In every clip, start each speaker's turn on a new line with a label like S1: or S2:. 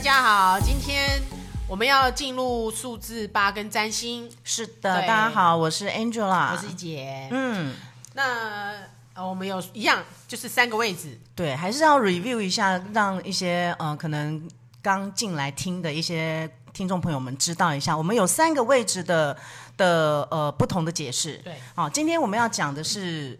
S1: 家好，今天我们要进入数字八跟占星，
S2: 是的，
S1: 对
S2: 大家好，我是 Angela，
S1: 我是一姐。
S2: 嗯，
S1: 那呃，我们有一样就是三个位置，
S2: 对，还是要 review 一下，让一些呃可能刚进来听的一些听众朋友们知道一下，我们有三个位置的的呃不同的解释。
S1: 对
S2: 好、今天我们要讲的是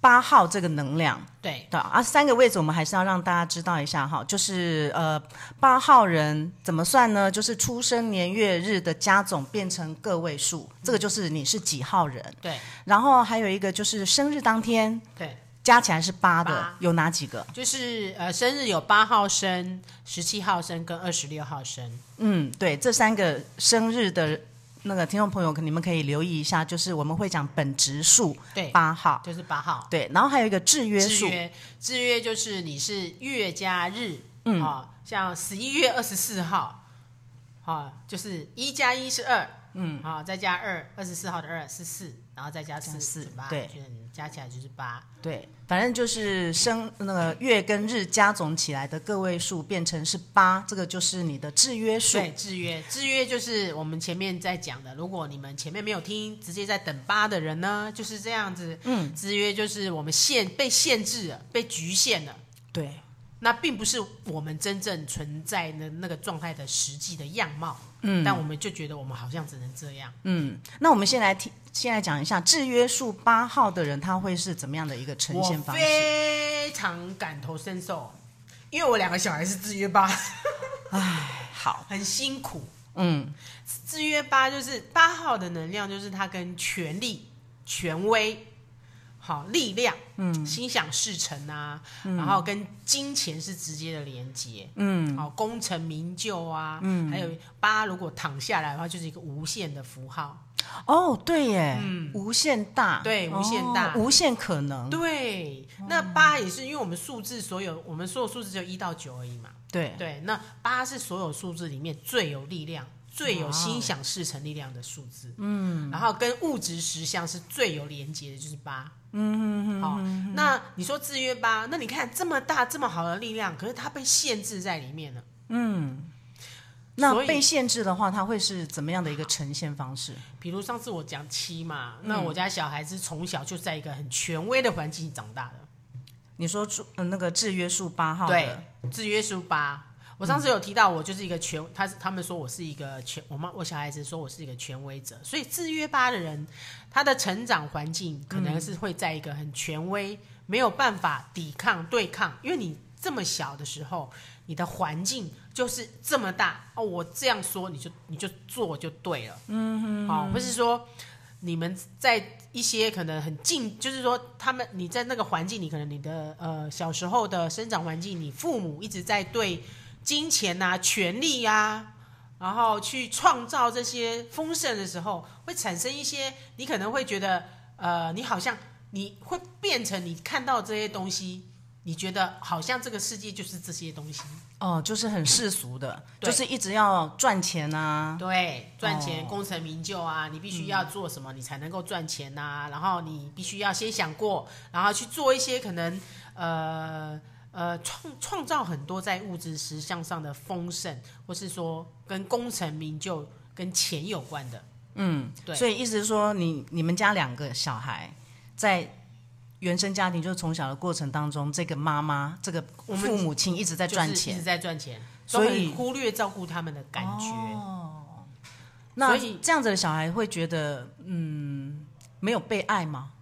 S2: 八号这个能量。
S1: 对
S2: 对啊，三个位置我们还是要让大家知道一下哈，就是呃八号人怎么算呢？就是出生年月日的加总变成个位数，这个就是你是几号人。
S1: 对
S2: 然后还有一个就是生日当天
S1: 对，
S2: 加起来是八的，
S1: 八
S2: 有哪几个？
S1: 就是呃，生日有八号生、十七号生跟二十六号生。
S2: 嗯，对，这三个生日的那个听众朋友，你们可以留意一下，就是我们会讲本职数
S1: 对，
S2: 八号，
S1: 就是八号。
S2: 对，然后还有一个制约
S1: 制
S2: 数，
S1: 约制约就是你是月加日，嗯，哦，像十一月二十四号，哦，就是一加一是二，嗯，好、再加二，二十四号的二是四，然后再加四
S2: 四
S1: 是八，
S2: 对
S1: 就是你加起来就是八，
S2: 对，反正就是生那个月跟日加总起来的个位数变成是八，这个就是你的制约数。
S1: 对，制约制约就是我们前面在讲的，如果你们前面没有听，直接在等八的人呢，就是这样子，嗯，制约就是我们限被限制了，被局限了。
S2: 对
S1: 那并不是我们真正存在的那个状态的实际的样貌，嗯，但我们就觉得我们好像只能这样，
S2: 嗯，那我们先来听，先来讲一下制约数八号的人，他会是怎么样的一个呈现
S1: 我
S2: 方式？
S1: 非常感同身受，因为我两个小孩是制约八，
S2: 好，
S1: 很辛苦。
S2: 嗯，
S1: 制约八就是八号的能量，就是它跟权力、权威、好力量，嗯，心想事成啊，然后跟金钱是直接的连接，嗯，好功成名就啊，嗯，还有八如果躺下来的话，就是一个无限的符号，
S2: 哦，对耶，无限
S1: 嗯
S2: 大，
S1: 对无限大
S2: 哦无限可能，
S1: 对，那八也是因为我们数字所有，我们所有数字只有一到九而已嘛，
S2: 对
S1: 对，那八是所有数字里面最有力量、最有心想事成力量的数字。啊嗯，然后跟物质实相是最有连接的，就是八。嗯，好、那你说制约八，那你看这么大、这么好的力量，可是它被限制在里面了。
S2: 那
S1: 所以
S2: 被限制的话，它会是怎么样的一个呈现方式？
S1: 比如上次我讲七嘛，那我家小孩子从小就在一个很权威的环境长大的。
S2: 你说住、呃那个制约数八号
S1: 对
S2: 的，，
S1: 制约书八。我上次有提到，我就是一个权，他他们说我是一个权，我妈我小孩子说我是一个权威者，所以制约八的人，他的成长环境可能是会在一个很权威，没有办法抵抗对抗，因为你这么小的时候，你的环境就是这么大哦，我这样说你就你就做就对了，嗯哼，哦，不是说你们在一些可能很近，就是说他们你在那个环境，你可能你的呃小时候的生长环境，你父母一直在对金钱啊、权力啊，然后去创造这些丰盛的时候，会产生一些你可能会觉得呃，你好像你会变成你看到这些东西，你觉得好像这个世界就是这些东西，
S2: 哦，就是很世俗的，
S1: 对
S2: 就是一直要赚钱啊，
S1: 对，赚钱、
S2: 哦
S1: 功成名就啊，你必须要做什么，你才能够赚钱呐、然后你必须要先想过，然后去做一些可能呃呃创创造很多在物质实相上的丰盛，或是说跟功成名就、跟钱有关的。
S2: 嗯，
S1: 对
S2: 所以意思是说你你们家两个小孩在。原生家庭就是从小的过程当中，这个妈妈、这个
S1: 我们
S2: 父母亲一直在赚
S1: 就是一
S2: 钱
S1: 直，在赚钱，
S2: 所
S1: 都很
S2: 以哦
S1: 忽略照顾他们的感觉。
S2: 那
S1: 所以
S2: 这样子的小孩会觉得，嗯，没有被爱吗？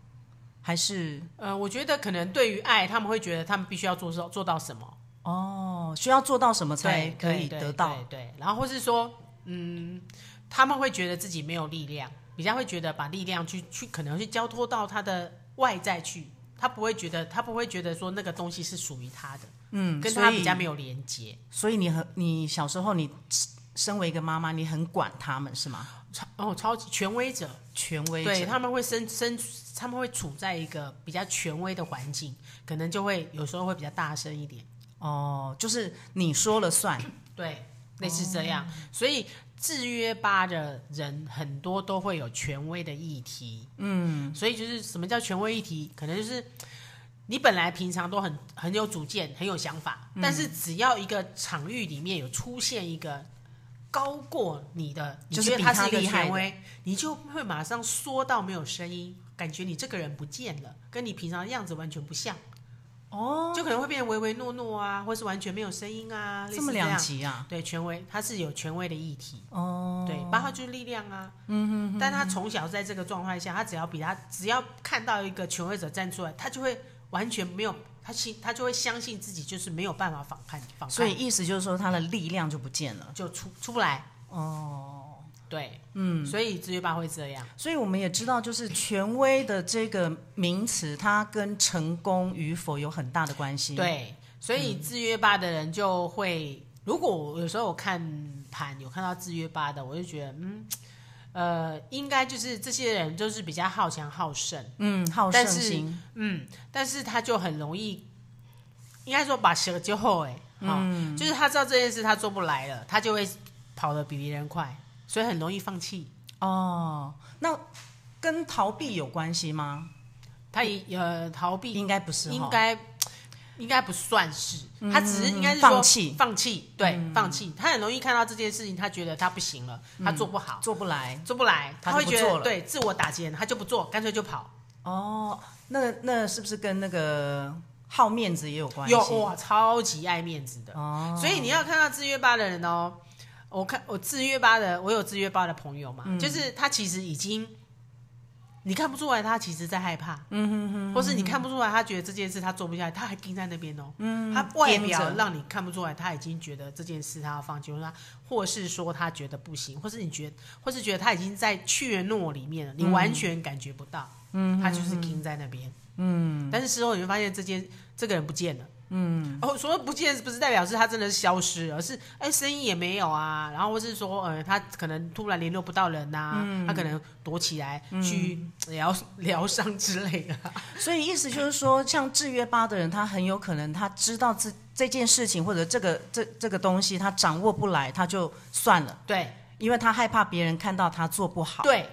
S2: 还是
S1: 呃，我觉得可能对于爱，他们会觉得他们必须要做到做到什么。
S2: 哦，需要做到什么才
S1: 对，
S2: 可以
S1: 对
S2: 得到？
S1: 对对对然后或是说，嗯，他们会觉得自己没有力量，比较会觉得把力量去去可能去交托到他的外在去，他不会觉得他不会觉得说那个东西是属于他的，
S2: 嗯，
S1: 跟
S2: 所
S1: 他比
S2: 以
S1: 较没有连接。
S2: 所以你很你小时候你身为一个妈妈，你很管他们是吗？
S1: 超哦，超级权威者，
S2: 权威
S1: 对
S2: 者
S1: 他们会生生，他们会处在一个比较权威的环境，可能就会有时候会比较大声一点。
S2: 哦，就是你说了算，
S1: 对，类似这
S2: 哦
S1: 样。所以制约吧的人很多都会有权威的议题，嗯，所以就是什么叫权威议题？可能就是你本来平常都很很有主见、很有想法，
S2: 嗯
S1: 但是只要一个场域里面有出现一个高过你的，你
S2: 就是
S1: 觉得
S2: 比
S1: 他
S2: 他
S1: 是一个
S2: 厉害
S1: 权
S2: 的
S1: 威，你就会马上缩到没有声音，感觉你这个人不见了，跟你平常的样子完全不像，
S2: 哦，
S1: 就可能会变得唯唯诺诺啊，或是完全没有声音啊，类
S2: 这
S1: 似
S2: 么
S1: 这
S2: 两
S1: 样。
S2: 极啊？
S1: 对，权威，他是有权威的议题。
S2: 哦，
S1: 对，八号就是力量啊。嗯哼但他从小在这个状态下，他只要比他只要看到一个权威者站出来，他就会完全没有他信，他就会相信自己就是没有办法反抗，反抗
S2: 所以意思就是说他的力量就不见了。
S1: 就出出不来。
S2: 哦，
S1: 对，嗯，所以职业八会这样。
S2: 所以我们也知道，就是权威的这个名词，它跟成功与否有很大的关系。，
S1: 对，所以制约八的人就会，如果我有时候我看盘有看到制约八的，我就觉得，嗯，呃，应该就是这些人就是比较好强好胜。
S2: 嗯，好胜
S1: 但是
S2: 心，
S1: 嗯，但是他就很容易，应该说把蛇就后哎、哦
S2: 嗯
S1: 就是他知道这件事他做不来了，他就会跑得比别人快，所以很容易放弃。
S2: 哦，那跟逃避有关系吗？
S1: 他也呃逃避，
S2: 应该不是，嗯
S1: 应。该应该不算是，他只是应该是说
S2: 放弃，嗯
S1: 放弃，对，放弃。他很容易看到这件事情，他觉得他不行了，他做不好，
S2: 做不来
S1: 做不来，
S2: 嗯他
S1: 他会
S2: 就不
S1: 觉
S2: 做
S1: 得
S2: 了
S1: 对自我打击，他就不做，干脆就跑。
S2: 哦，那那是不是跟那个好面子也有关系？
S1: 有哇，超级爱面子的。所以你要看到制约吧的人哦，我看我制约吧的，我有制约吧的朋友嘛，就是他其实已经。你看不出来，他其实在害怕，嗯哼哼，或是你看不出来，他觉得这件事他做不下来，他还盯在那边哦，嗯，他外
S2: 盯着
S1: 表让你看不出来，他已经觉得这件事他要放弃，或是他，或是说他觉得不行，或是你觉得，或是觉得他已经在怯懦里面了，你完全感觉不到，嗯，他就是盯在那边，嗯，但是事后你会发现，这件这个人不见了。哦，所谓不见不是代表是他真的是消失了，而是哎声音也没有啊，然后或是说呃他可能突然联络不到人呐、他可能躲起来去疗 疗伤之类的。
S2: 所以意思就是说，像制约八的人，他很有可能他知道这这件事情或者这个这这个东西他掌握不来，他就算了，
S1: 对
S2: 因为他害怕别人看到他做不好，
S1: 对，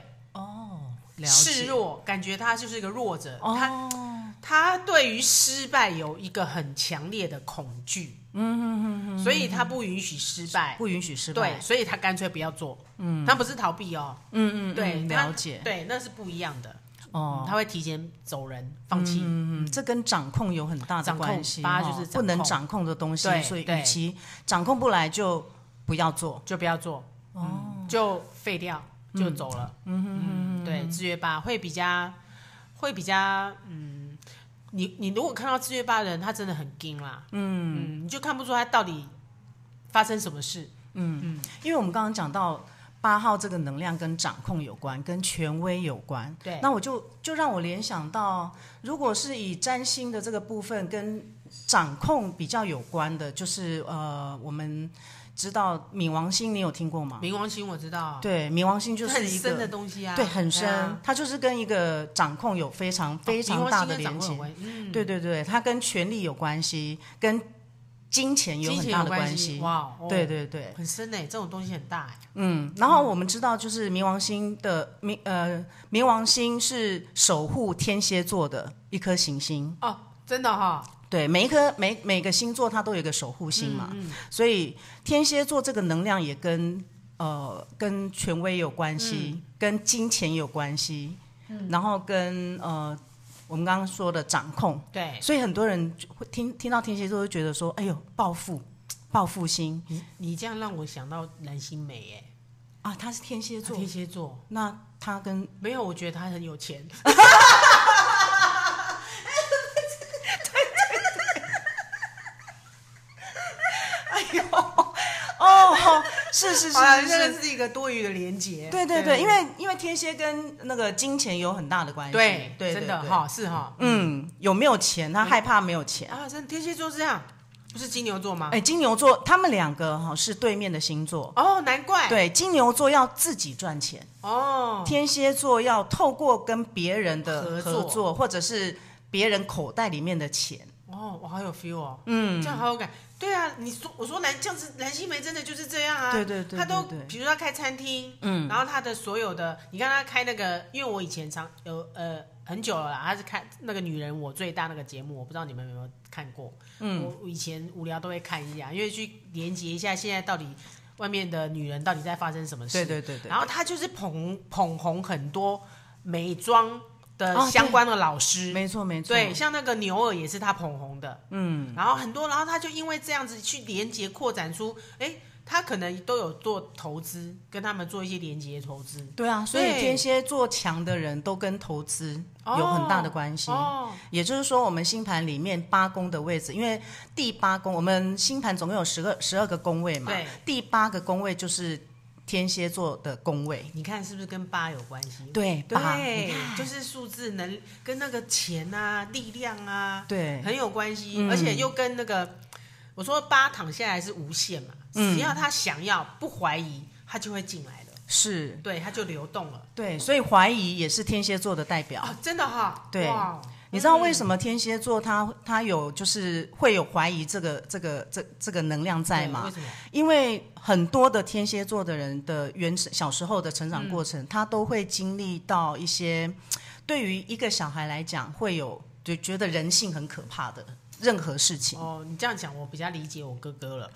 S2: 了
S1: 示
S2: 解。
S1: 弱，感觉他就是一个弱者，他
S2: 哦，
S1: 他对于失败有一个很强烈的恐惧，嗯哼哼所以他不允许失败。
S2: 不允许失败
S1: 对，。所以他干脆不要做。嗯，他不是逃避哦。
S2: 嗯嗯，
S1: 对，
S2: 嗯
S1: 他
S2: 了解。
S1: 对，那是不一样的。嗯
S2: 哦，
S1: 他会提前走人，放弃。
S2: 嗯，这跟掌控有很大的
S1: 掌控
S2: 关系。
S1: 八
S2: 哦
S1: 就是掌
S2: 不能
S1: 控
S2: 掌控的东西，
S1: 对
S2: 所以
S1: 对
S2: 与其掌控不来，就不要做。
S1: 就不要做，
S2: 嗯
S1: 哦，就废掉，就走了。嗯嗯，对，制约吧会比较，会比较，嗯，你你如果看到制约吧的人，他真的很硬啦，嗯你就看不出他到底发生什么事。
S2: 因为我们刚刚讲到八号这个能量跟掌控有关，跟权威有关。
S1: 对
S2: 那我就就让我联想到，如果是以占星的这个部分跟掌控比较有关的，就是呃，我们知道冥王星，你有听过吗？
S1: 冥王星我知道，
S2: 对，冥王星就是
S1: 很
S2: 一
S1: 深的
S2: 个。
S1: 东西啊，
S2: 对，很深，
S1: 啊哦
S2: 它就是跟一个掌控有非常非常大的连
S1: 冥王星跟
S2: 接
S1: 掌。管有关嗯，
S2: 对对对，它跟权力有关系，跟金钱有
S1: 金
S2: 很
S1: 钱
S2: 大
S1: 有
S2: 的
S1: 关
S2: 关
S1: 系，
S2: 系。
S1: 哇，哦
S2: 对，对对，
S1: 很深诶，这种东西很大诶，
S2: 嗯，然后我们知道，就是冥王星的冥呃冥王星是守护天蝎座的一颗行星，
S1: 哦，真的哈，
S2: 对，每一颗每每个星座它都有一个守护星嘛，所以天蝎座这个能量也跟呃跟权威有关系，跟金钱有关系，然后跟呃我们刚刚说的掌控，
S1: 对，
S2: 所以很多人就会听听到天蝎座会觉得说，哎呦，报复报复心
S1: 你你这样让我想到蓝心湄诶，
S2: 啊，他是天蝎
S1: 她
S2: 座，
S1: 天蝎座，
S2: 那他跟
S1: 没有，我觉得他很有钱。
S2: 哦，是是是
S1: 好啦
S2: 是
S1: 这
S2: 是，
S1: 个是一个多余的连接。
S2: 对对对，因为因为天蝎跟那个金钱有很大的关系，
S1: 对
S2: 对
S1: 真的，哈是哈，
S2: 对对嗯，有没有钱，他害怕没有钱。
S1: 啊，真的天蝎座是这样，不是金牛座吗？
S2: 哎，金牛座他们两个哈是对面的星座，
S1: 哦，难怪，
S2: 对，金牛座要自己赚钱，
S1: 哦，
S2: 天蝎座要透过跟别人的
S1: 合
S2: 合
S1: 作
S2: 作或者是别人口袋里面的钱，
S1: 哦，我好有 feel 哦，嗯，这样好有感。对啊，你说我说蓝这样子，蓝心湄真的就是这样啊，
S2: 对对对
S1: 他都
S2: 对对
S1: 比如说他开餐厅，嗯，然后他的所有的，你看他开那个，因为我以前常有呃。很久了啦，他是看那个女人我最大那个节目，我不知道你们有没有看过。嗯，我以前无聊都会看一下，因为去连接一下现在到底外面的女人到底在发生什么事。
S2: 对对对对
S1: 然，后他就是捧捧红很多美妆
S2: 哦
S1: 的
S2: 对
S1: 相关的老师，
S2: 没错没错，
S1: 对，像那个牛耳也是他捧红的，嗯，然后很多，然后他就因为这样子去连接扩展出，哎，他可能都有做投资，跟他们做一些连接投资，
S2: 对啊，所以
S1: 对
S2: 天蝎座强的人都跟投资有很大的关系。
S1: 哦，
S2: 也就是说，我们星盘里面八宫的位置，因为第八宫，我们星盘总共有十个十二个宫位嘛
S1: 对，
S2: 第八个宫位就是天蝎座的宫位。
S1: 你看是不是跟八有关系？
S2: 对，八，
S1: 对
S2: 你看，
S1: 就是数字能跟那个钱啊、力量啊
S2: 对，
S1: 很有关系，
S2: 嗯
S1: 而且又跟那个我说八躺下来是无限嘛，
S2: 嗯
S1: 只要他想要不怀疑，他就会进来了，
S2: 是，
S1: 对，他就流动了
S2: 对，所以怀疑也是天蝎座的代表。
S1: 啊，真的哈，
S2: 哦对
S1: 哇
S2: 你知道
S1: 嗯
S2: 为什么天蝎座他他有就是会有怀疑这个这个这这个能量在
S1: 对
S2: 吗
S1: 为？什么？
S2: 因为很多的天蝎座的人的原始小时候的成长过
S1: 嗯
S2: 程，他都会经历到一些，对于一个小孩来讲，会有就觉得人性很可怕的任何事情。
S1: 哦，你这样讲，我比较理解我哥哥了。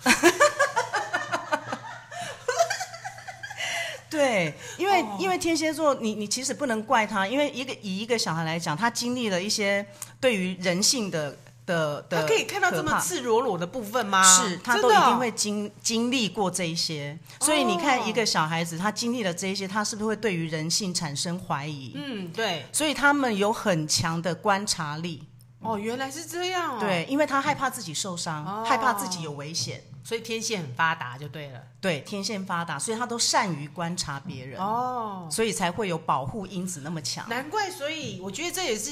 S2: 对，因为、
S1: 哦
S2: 因为天蝎座，你你其实不能怪他，因为一个以一个小孩来讲，他经历了一些对于人性的的 的，
S1: 他可以看到这
S2: 可
S1: 么
S2: 怕
S1: 赤裸裸的部分吗？
S2: 是他都
S1: 真
S2: 一
S1: 的哦
S2: 定会经经历过这一些，所以你看
S1: 哦
S2: 一个小孩子，他经历了这一些，他是不是会对于人性产生怀疑？
S1: 嗯，对，
S2: 所以他们有很强的观察力，
S1: 哦，原来是这样哦。，
S2: 对，因为他害怕自己受伤，
S1: 哦
S2: 害怕自己有危险，
S1: 所以天线很发达就对了。
S2: 对，天线发达，所以他都善于观察别人，
S1: 哦，
S2: 所以才会有保护因子那么强。
S1: 难怪，所以我觉得这也是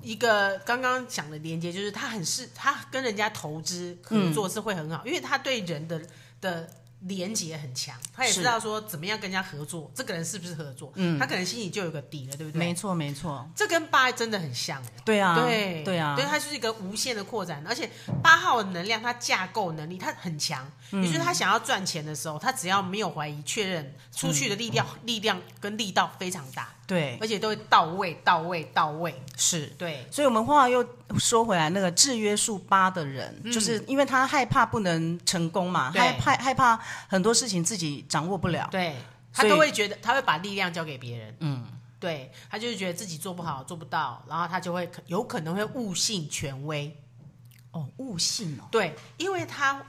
S1: 一个刚刚讲的连接，就是他很是他跟人家投资合作是会很好，因为他对人的的。连接很强，他也
S2: 是
S1: 知道说怎么样跟人家合作，这个人是不是合作，
S2: 嗯
S1: 他可能心里就有个底了，对不对？
S2: 没错，没错，
S1: 这跟八真的很像哎。
S2: 对啊，
S1: 对
S2: 对啊
S1: 对，，它就是一个无限的扩展，而且八号的能量，它架构能力它很强，
S2: 嗯
S1: 也就是他想要赚钱的时候，他只要没有怀疑，确认出去的力量、
S2: 嗯
S1: 力量跟力道非常大，
S2: 对
S1: 而且都会到位、到位、到位。
S2: 是。
S1: 对，
S2: 所以，我们话又说回来，那个制约数八的人，就是因为他害怕不能成功嘛，
S1: 嗯对
S2: 害怕害怕很多事情自己掌握不了，
S1: 对他
S2: 所以
S1: 都会觉得他会把力量交给别人，
S2: 嗯，
S1: 对他就是觉得自己做不好、做不到，然后他就会有可能会误信权威，
S2: 哦，悟性哦，
S1: 对，因为他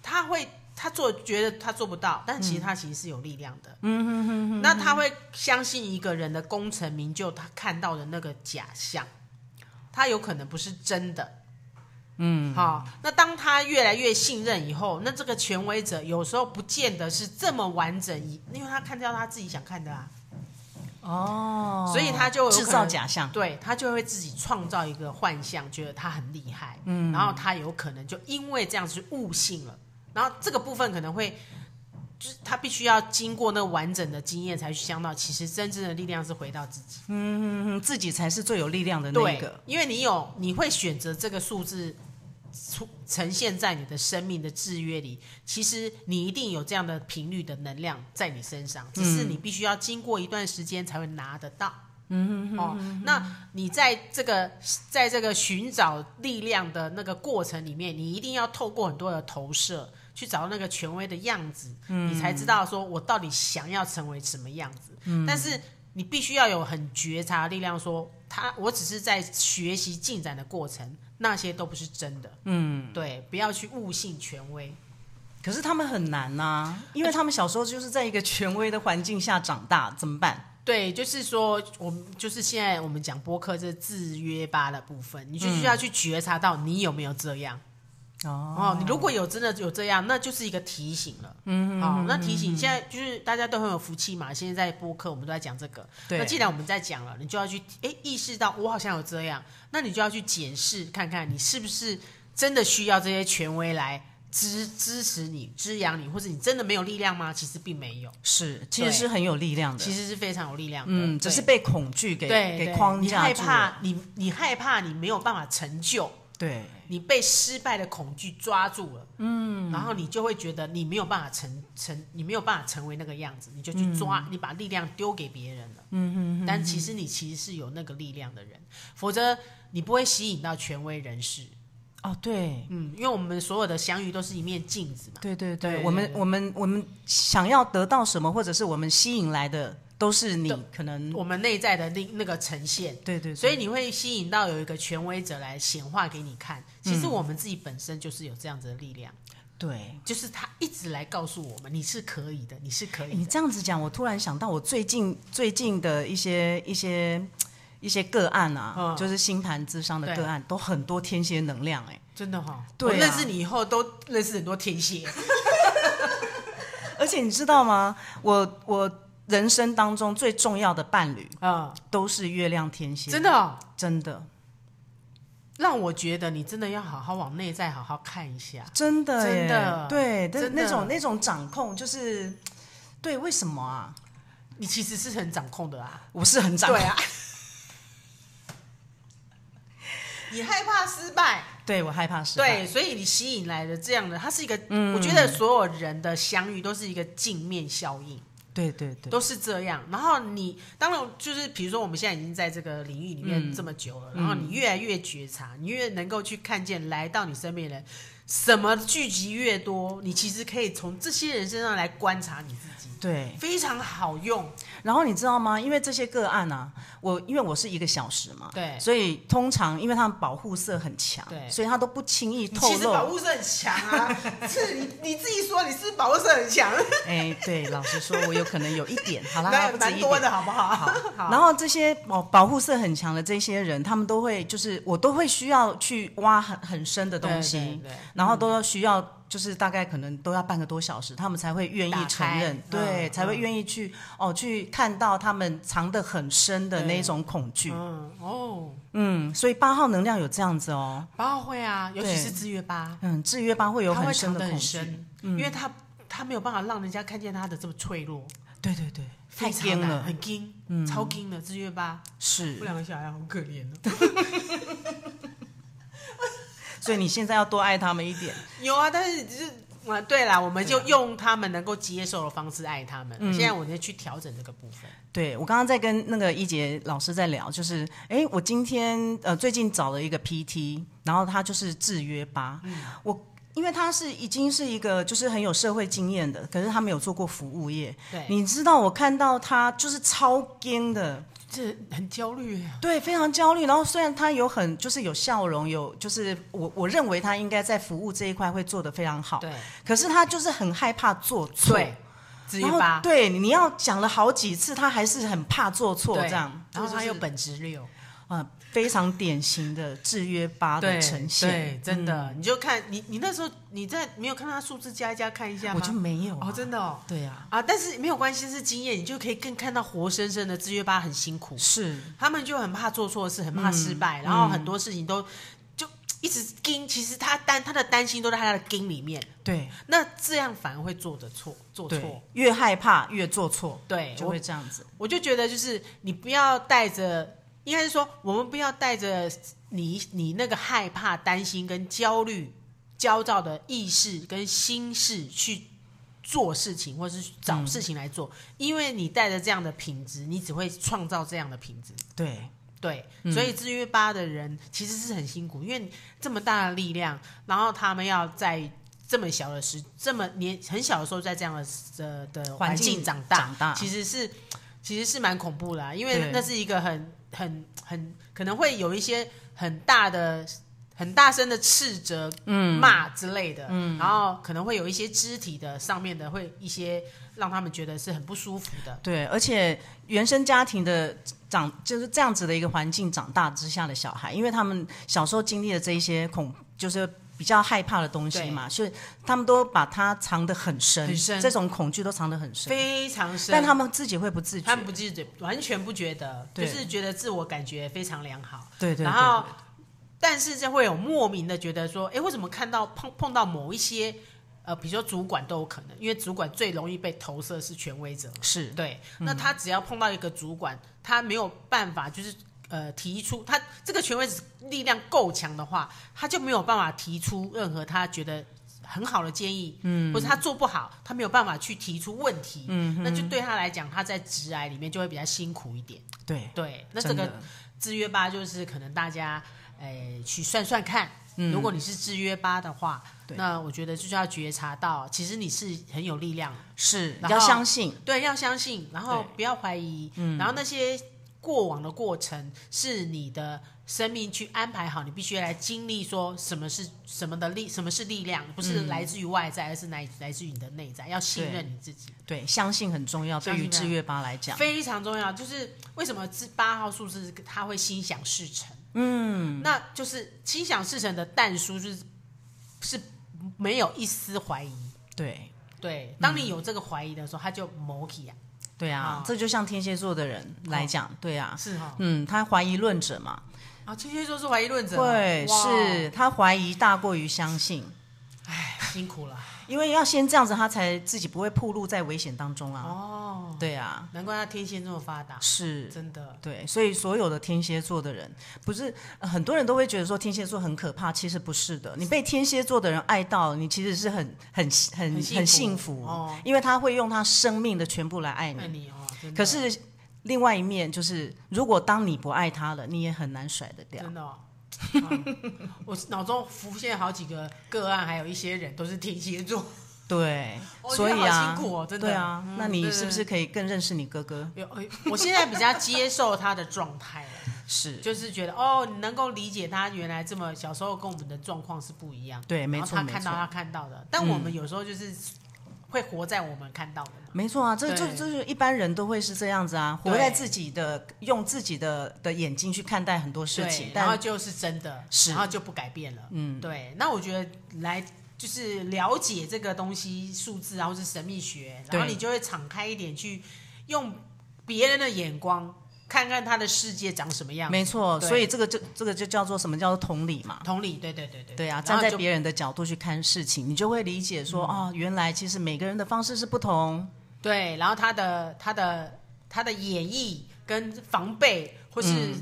S1: 他会他做觉得他做不到，但其实他其实是有力量的。嗯哼哼哼。那他会相信一个人的功成名就，他看到的那个假象，他有可能不是真的。嗯，好、那当他越来越信任以后，那这个权威者有时候不见得是这么完整，因为他看到他自己想看的啊，
S2: 哦，
S1: 所以他就有可
S2: 制
S1: 能
S2: 造假象，
S1: 对他就会自己创造一个幻象，觉得他很厉害，嗯，然后他有可能就因为这样子悟性了，然后这个部分可能会，就是他必须要经过那完整的经验才去想到，其实真正的力量是回到自己，
S2: 嗯，自己才是最有力量的那
S1: 对
S2: 个。，
S1: 因为你有你会选择这个数字出呈现在你的生命的制约里，其实你一定有这样的频率的能量在你身上，只是你必须要经过一段时间才会拿得到。嗯哦，那你在这个在这个寻找力量的那个过程里面，你一定要透过很多的投射，去找到那个权威的样子，你才知道说我到底想要成为什么样子。但是你必须要有很觉察的力量说他我只是在学习进展的过程，那些都不是真的。嗯，对，不要去误信权威。
S2: 可是他们很难呐、啊因为他们小时候就是在一个权威的环境下长大，怎么办？
S1: 对，就是说，我们就是现在我们讲播客这制约吧的部分，你就需要去觉察到你有没有这样。嗯哦，你如果有真的有这样，那就是一个提醒了。嗯，好、那提醒现在就是大家都很有福气嘛，现在在播客我们都在讲这个。
S2: 对
S1: 那既然我们在讲了，你就要去诶意识到我好像有这样，那你就要去检视看看你是不是真的需要这些权威来支支持你、滋养你，或者你真的没有力量吗？其实并没有，
S2: 是，其实是很有力量的
S1: 其。实是非常有力量的。
S2: 嗯，只
S1: 对
S2: 是被恐惧给
S1: 对
S2: 给
S1: 对
S2: 框
S1: 你
S2: 架
S1: 害
S2: 住
S1: 怕
S2: 了。
S1: 你你害怕你没有办法成就，
S2: 对，
S1: 你被失败的恐惧抓住了，嗯，然后你就会觉得你没有办法成成，你没有办法成为那个样子，你就
S2: 嗯
S1: 去抓，你把力量丢给别人了，嗯嗯，但其实你其实是有那个力量的人，否则你不会吸引到权威人士，
S2: 哦，对，
S1: 嗯，因为我们所有的相遇都是一面镜子嘛，
S2: 对对
S1: 对
S2: 对，
S1: 对
S2: 我们
S1: 对
S2: 我们我们想要得到什么，或者是我们吸引来的，都是你
S1: 都
S2: 可能
S1: 我们内在的那那个呈现，
S2: 对对，
S1: 所
S2: 以
S1: 以你会吸引到有一个权威者来显化给你看。其
S2: 嗯
S1: 实我们自己本身就是有这样子的力量，
S2: 对。
S1: 就是他一直来告诉我们，你是可以的，你是可以
S2: 你
S1: 的。
S2: 这样子讲，我突然想到，我最近最近的一些一些一些个案啊，
S1: 嗯
S2: 就是星盘智商的个案，都很多天蝎能量、哎，
S1: 真的哈、
S2: 对啊
S1: 我认识你以后都认识很多天蝎，
S2: 而且你知道吗？我我人生当中最重要的伴侣
S1: 啊、
S2: 都是月亮天蝎，
S1: 真的、哦、
S2: 真的
S1: 让我觉得你真的要好好往内在好好看一下。
S2: 真的耶
S1: 真的
S2: 对，但是
S1: 真的
S2: 那种那种掌控就是，对，为什么啊？
S1: 你其实是很掌控的啊，
S2: 我是很掌控，
S1: 对啊， 你害怕失败，
S2: 对我害怕失败，
S1: 对，所以你吸引来的这样的，它是一个，我觉得所有人的相遇都是一个镜面效应，
S2: 对对对
S1: 都是这样。然后你当然就是，比如说我们现在已经在这个领域里面
S2: 嗯
S1: 这么久了，然后你越来越觉察，你越能够去看见来到你身边的人，什么聚集越多，你其实可以从这些人身上来观察你自己，
S2: 对。
S1: 非常好用。
S2: 然后你知道吗？因为这些个案啊，我因为我是一个小时嘛，
S1: 对
S2: 所以通常因为他们保护色很强，
S1: 对
S2: 所以他都不轻易
S1: 你
S2: 透
S1: 其实保
S2: 露。
S1: 护色很强 啊，是你你自己说你是保护色很强，
S2: 哎，对，老实说，我有可能有一 点，好啦，
S1: 那
S2: 不止
S1: 蛮
S2: 一
S1: 多
S2: 点。
S1: 的好不好？
S2: 好，然后这些保保护色很强的这些人，他们都会就是我都会需要去挖很很深的东西，
S1: 对对对
S2: 然后都要需要就是大概可能都要半个多小时，他们才会愿意
S1: 打
S2: 承
S1: 开
S2: 认，
S1: 嗯
S2: 对，
S1: 嗯
S2: 才会愿意去哦去看到他们藏得很深的那种恐惧，
S1: 嗯哦，
S2: 嗯，所以八号能量有这样子哦，
S1: 八号会啊，尤其
S2: 对
S1: 是制约八，
S2: 嗯，制约八会有
S1: 他会
S2: 很深
S1: 藏
S2: 的
S1: 得
S2: 恐
S1: 很
S2: 惧，嗯
S1: 深，因为他他没有办法让人家看见他的这么脆弱，
S2: 对对对，太
S1: 非常难
S2: 尖了，嗯
S1: 很硬，超硬的制约八，
S2: 是
S1: 我，两个小孩好可怜哦。
S2: 所以你现在要多爱他们一点，
S1: 有啊，但是只是。啊，对啦，我们就用他们能够接受的方式爱他
S2: 嗯
S1: 们。现在我在去调整这个部分，
S2: 对我刚刚在跟那个一杰老师在聊，就是哎，我今天呃最近找了一个 PT，然后他就是制约吧，我。因为他是已经是一个就是很有社会经验的，可是他没有做过服务业。
S1: 对，
S2: 你知道我看到他就是超干的，
S1: 这很焦虑啊。
S2: 对，非常焦虑。然后虽然他有很就是有笑容，有就是我我认为他应该在服务这一块会做得非常好，
S1: 对
S2: 可是他就是很害怕做错。
S1: 对，制约
S2: 然后
S1: 八，
S2: 对，你要讲了好几次，他还是很怕做错
S1: 对
S2: 这样，
S1: 然后他
S2: 又
S1: 又本质六，
S2: 啊，非常典型的制约八的嗯呈现
S1: 对，。真的，你就看你你那时候你在没有看他数字加一加看一下吗？
S2: 我就没有啊、
S1: 哦，真的哦。
S2: 对啊，
S1: 啊，但是没有关系，是经验，你就可以更看到活生生的制约吧，很辛苦，
S2: 是嗯
S1: 他们就很怕做错事，很怕失败，然后很多事情都就一直盯。其实他担他的担心都在他的盯里面，
S2: 对
S1: 那这样反而会做的错，做
S2: 对
S1: 错。，
S2: 越害怕越做错，
S1: 对，
S2: 就
S1: 我
S2: 会这样子。
S1: 我就觉得就是你不要带着，应该是说我们不要带着你你那个害怕、担心跟焦虑、焦躁的意识跟心事去做事情，或是找事情来做，因为你带着这样的品质，你只会创造这样的品质。
S2: 对
S1: 对，
S2: 嗯
S1: 所以制约八的人其实是很辛苦，因为这么大的力量，然后他们要在这么小的时、这么年很小的时候，在这样的呃的环境长大，
S2: 长大
S1: 其实是其实是蛮恐怖的啊、因为
S2: 对
S1: 那是一个很很很可能会有一些很大的。很大声的斥责、
S2: 嗯
S1: 骂之类的，然后可能会有一些肢体的上面的，会一些让他们觉得是很不舒服的。
S2: 对，而且原生家庭的长就是这样子的一个环境长大之下的小孩，因为他们小时候经历了这一些恐，就是。比较害怕的东西嘛，所以他们都把它藏得很深，
S1: 很深
S2: 这种恐惧都藏得很深，
S1: 非常深，
S2: 但他们自己会不自觉
S1: 他。们不自觉，完全不觉得，就
S2: 对
S1: 是觉得自我感觉非常良好。
S2: 对对对
S1: 然后，但是这会有莫名的觉得说，哎，为什么看到碰碰到某一些呃，比如说主管都有可能，因为主管最容易被投射是权威者嘛。
S2: 是
S1: 对，那他只要碰到一个主管，他没有办法，就是呃提出他这个权威力量够强的话，他就没有办法提出任何他觉得很好的建议，嗯，或者他做不好，他没有办法去提出问题，嗯，那就对他来讲，他在直癌里面就会比较辛苦一点。
S2: 对，
S1: 对，那这
S2: 真
S1: 个
S2: 的
S1: 制约吧，就是可能大家诶、呃去算算看，如果你是制约吧的话，
S2: 嗯对
S1: 那我觉得就是要觉察到，其实你是很有力量的，
S2: 是
S1: 然
S2: 要
S1: 后
S2: 相信，
S1: 对，要相信，然后
S2: 对
S1: 不要怀疑，然后那些过往的过程是你的生命去安排好，你必须来经历，说什么是什么的力，什么是力量，不是来自于外在，而是来来自于你的内在，要信
S2: 对
S1: 任你自己。
S2: 对，相信很重要。
S1: 相
S2: 对于
S1: 信啊
S2: 制约吧来讲，
S1: 非常重要。就是为什么这八号数字他会心想事成？嗯，那就是心想事成的淡书就是是没有一丝怀疑。
S2: 对，
S1: 对，当你有这个怀疑的时候，他就谋起啊，
S2: 对啊
S1: 啊，
S2: 这就像天蝎座的人来讲，对啊，
S1: 是哈、
S2: 嗯，他怀疑论者嘛，
S1: 啊，天蝎座是怀疑论者，
S2: 对，
S1: 哇
S2: 是他怀疑大过于相信，
S1: 辛苦了
S2: 因为要先这样子，他才自己不会暴露在危险当中啊。
S1: 哦，
S2: 对啊，
S1: 难怪他天蝎这么发达，
S2: 是。
S1: 真的
S2: 对，所以所有的天蝎座的人，不是呃很多人都会觉得说天蝎座很可怕，其实不是的。你被天蝎座的人爱到，你其实是很很很
S1: 很幸福
S2: 很幸福，
S1: 哦
S2: 因为他会用他生命的全部来爱
S1: 爱
S2: 你。
S1: 你哦，真的
S2: 可是另外一面就是，如果当你不爱他了，你也很难甩得掉。
S1: 真的、哦。啊我脑中浮现好几个个案，还有一些人都是天蝎座，
S2: 对，
S1: 哦
S2: 所以
S1: 你好
S2: 啊，
S1: 辛苦哦，真的。
S2: 对啊，
S1: 嗯
S2: 那你
S1: 对
S2: 是不
S1: 对
S2: 是可以更认识你哥哥？
S1: 有，哎我现在比较接受他的状态了，
S2: 是，
S1: 就是觉得哦，你能够理解他原来这么小时候跟我们的状况是不一样，
S2: 对，没
S1: 然后
S2: 错，
S1: 他
S2: 没
S1: 看到啊他
S2: 错，
S1: 看到的，但我们有时候就是会活在我们看到的嘛。
S2: 没错啊，这这
S1: 对
S2: 这就是一般人都会是这样子啊，活
S1: 对
S2: 在自己的用自己的的眼睛去看待很多事情
S1: 对，，然后
S2: 但
S1: 就是真的，
S2: 是
S1: 然后就不改变了。嗯，对。那我觉得来就是了解这个东西，数字，然后是神秘学，然后
S2: 对
S1: 你就会敞开一点，去用别人的眼光看看他的世界长什么样。
S2: 没错，
S1: 对
S2: 所以这个就这个就叫做什么叫做同理嘛。
S1: 同理，对对对对，
S2: 对啊，
S1: 然
S2: 站
S1: 后
S2: 在
S1: 就嗯
S2: 别人的角度去看事情，你就会理解说，哦，原来其实每个人的方式是不同，
S1: 对，然后他的他的他的演绎跟防备，或是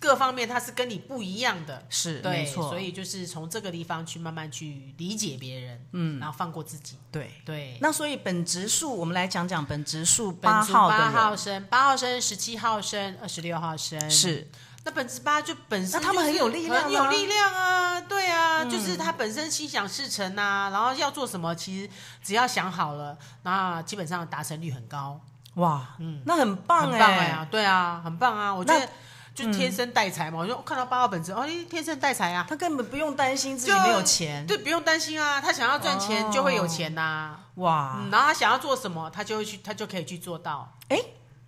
S1: 各方面，他是跟你不一样的。
S2: 是
S1: 对，
S2: 嗯没错，
S1: 所以就是从这个地方去慢慢去理解别人，嗯，然后放过自己，
S2: 对。
S1: 对。
S2: 那所以本职数，我们来讲讲本职数
S1: 本
S2: 八
S1: 子
S2: 号的
S1: 八
S2: 人
S1: 号生，八号生，十七号生，二十六号生。
S2: 是
S1: 那本子八就本身
S2: 那他们
S1: 就是
S2: 很有力量啊嗯
S1: 很有力量啊，对啊，就是他本身心想事成啊，然后要做什么，其实只要想好了，那基本上达成率很高，
S2: 哇，那很棒
S1: 嗯很
S2: 哎、
S1: 棒哎、啊，对啊，很棒啊，我觉
S2: 那嗯
S1: 得就天生带财嘛，我就看到八号本子，哦，你天生带财啊，
S2: 他根本不用担心自己
S1: 就
S2: 没有钱，
S1: 对，不用担心啊，他想要赚钱就会有钱呐、
S2: 哦哇！
S1: 嗯，然后他想要做什么，他就会去，他就可以去做到，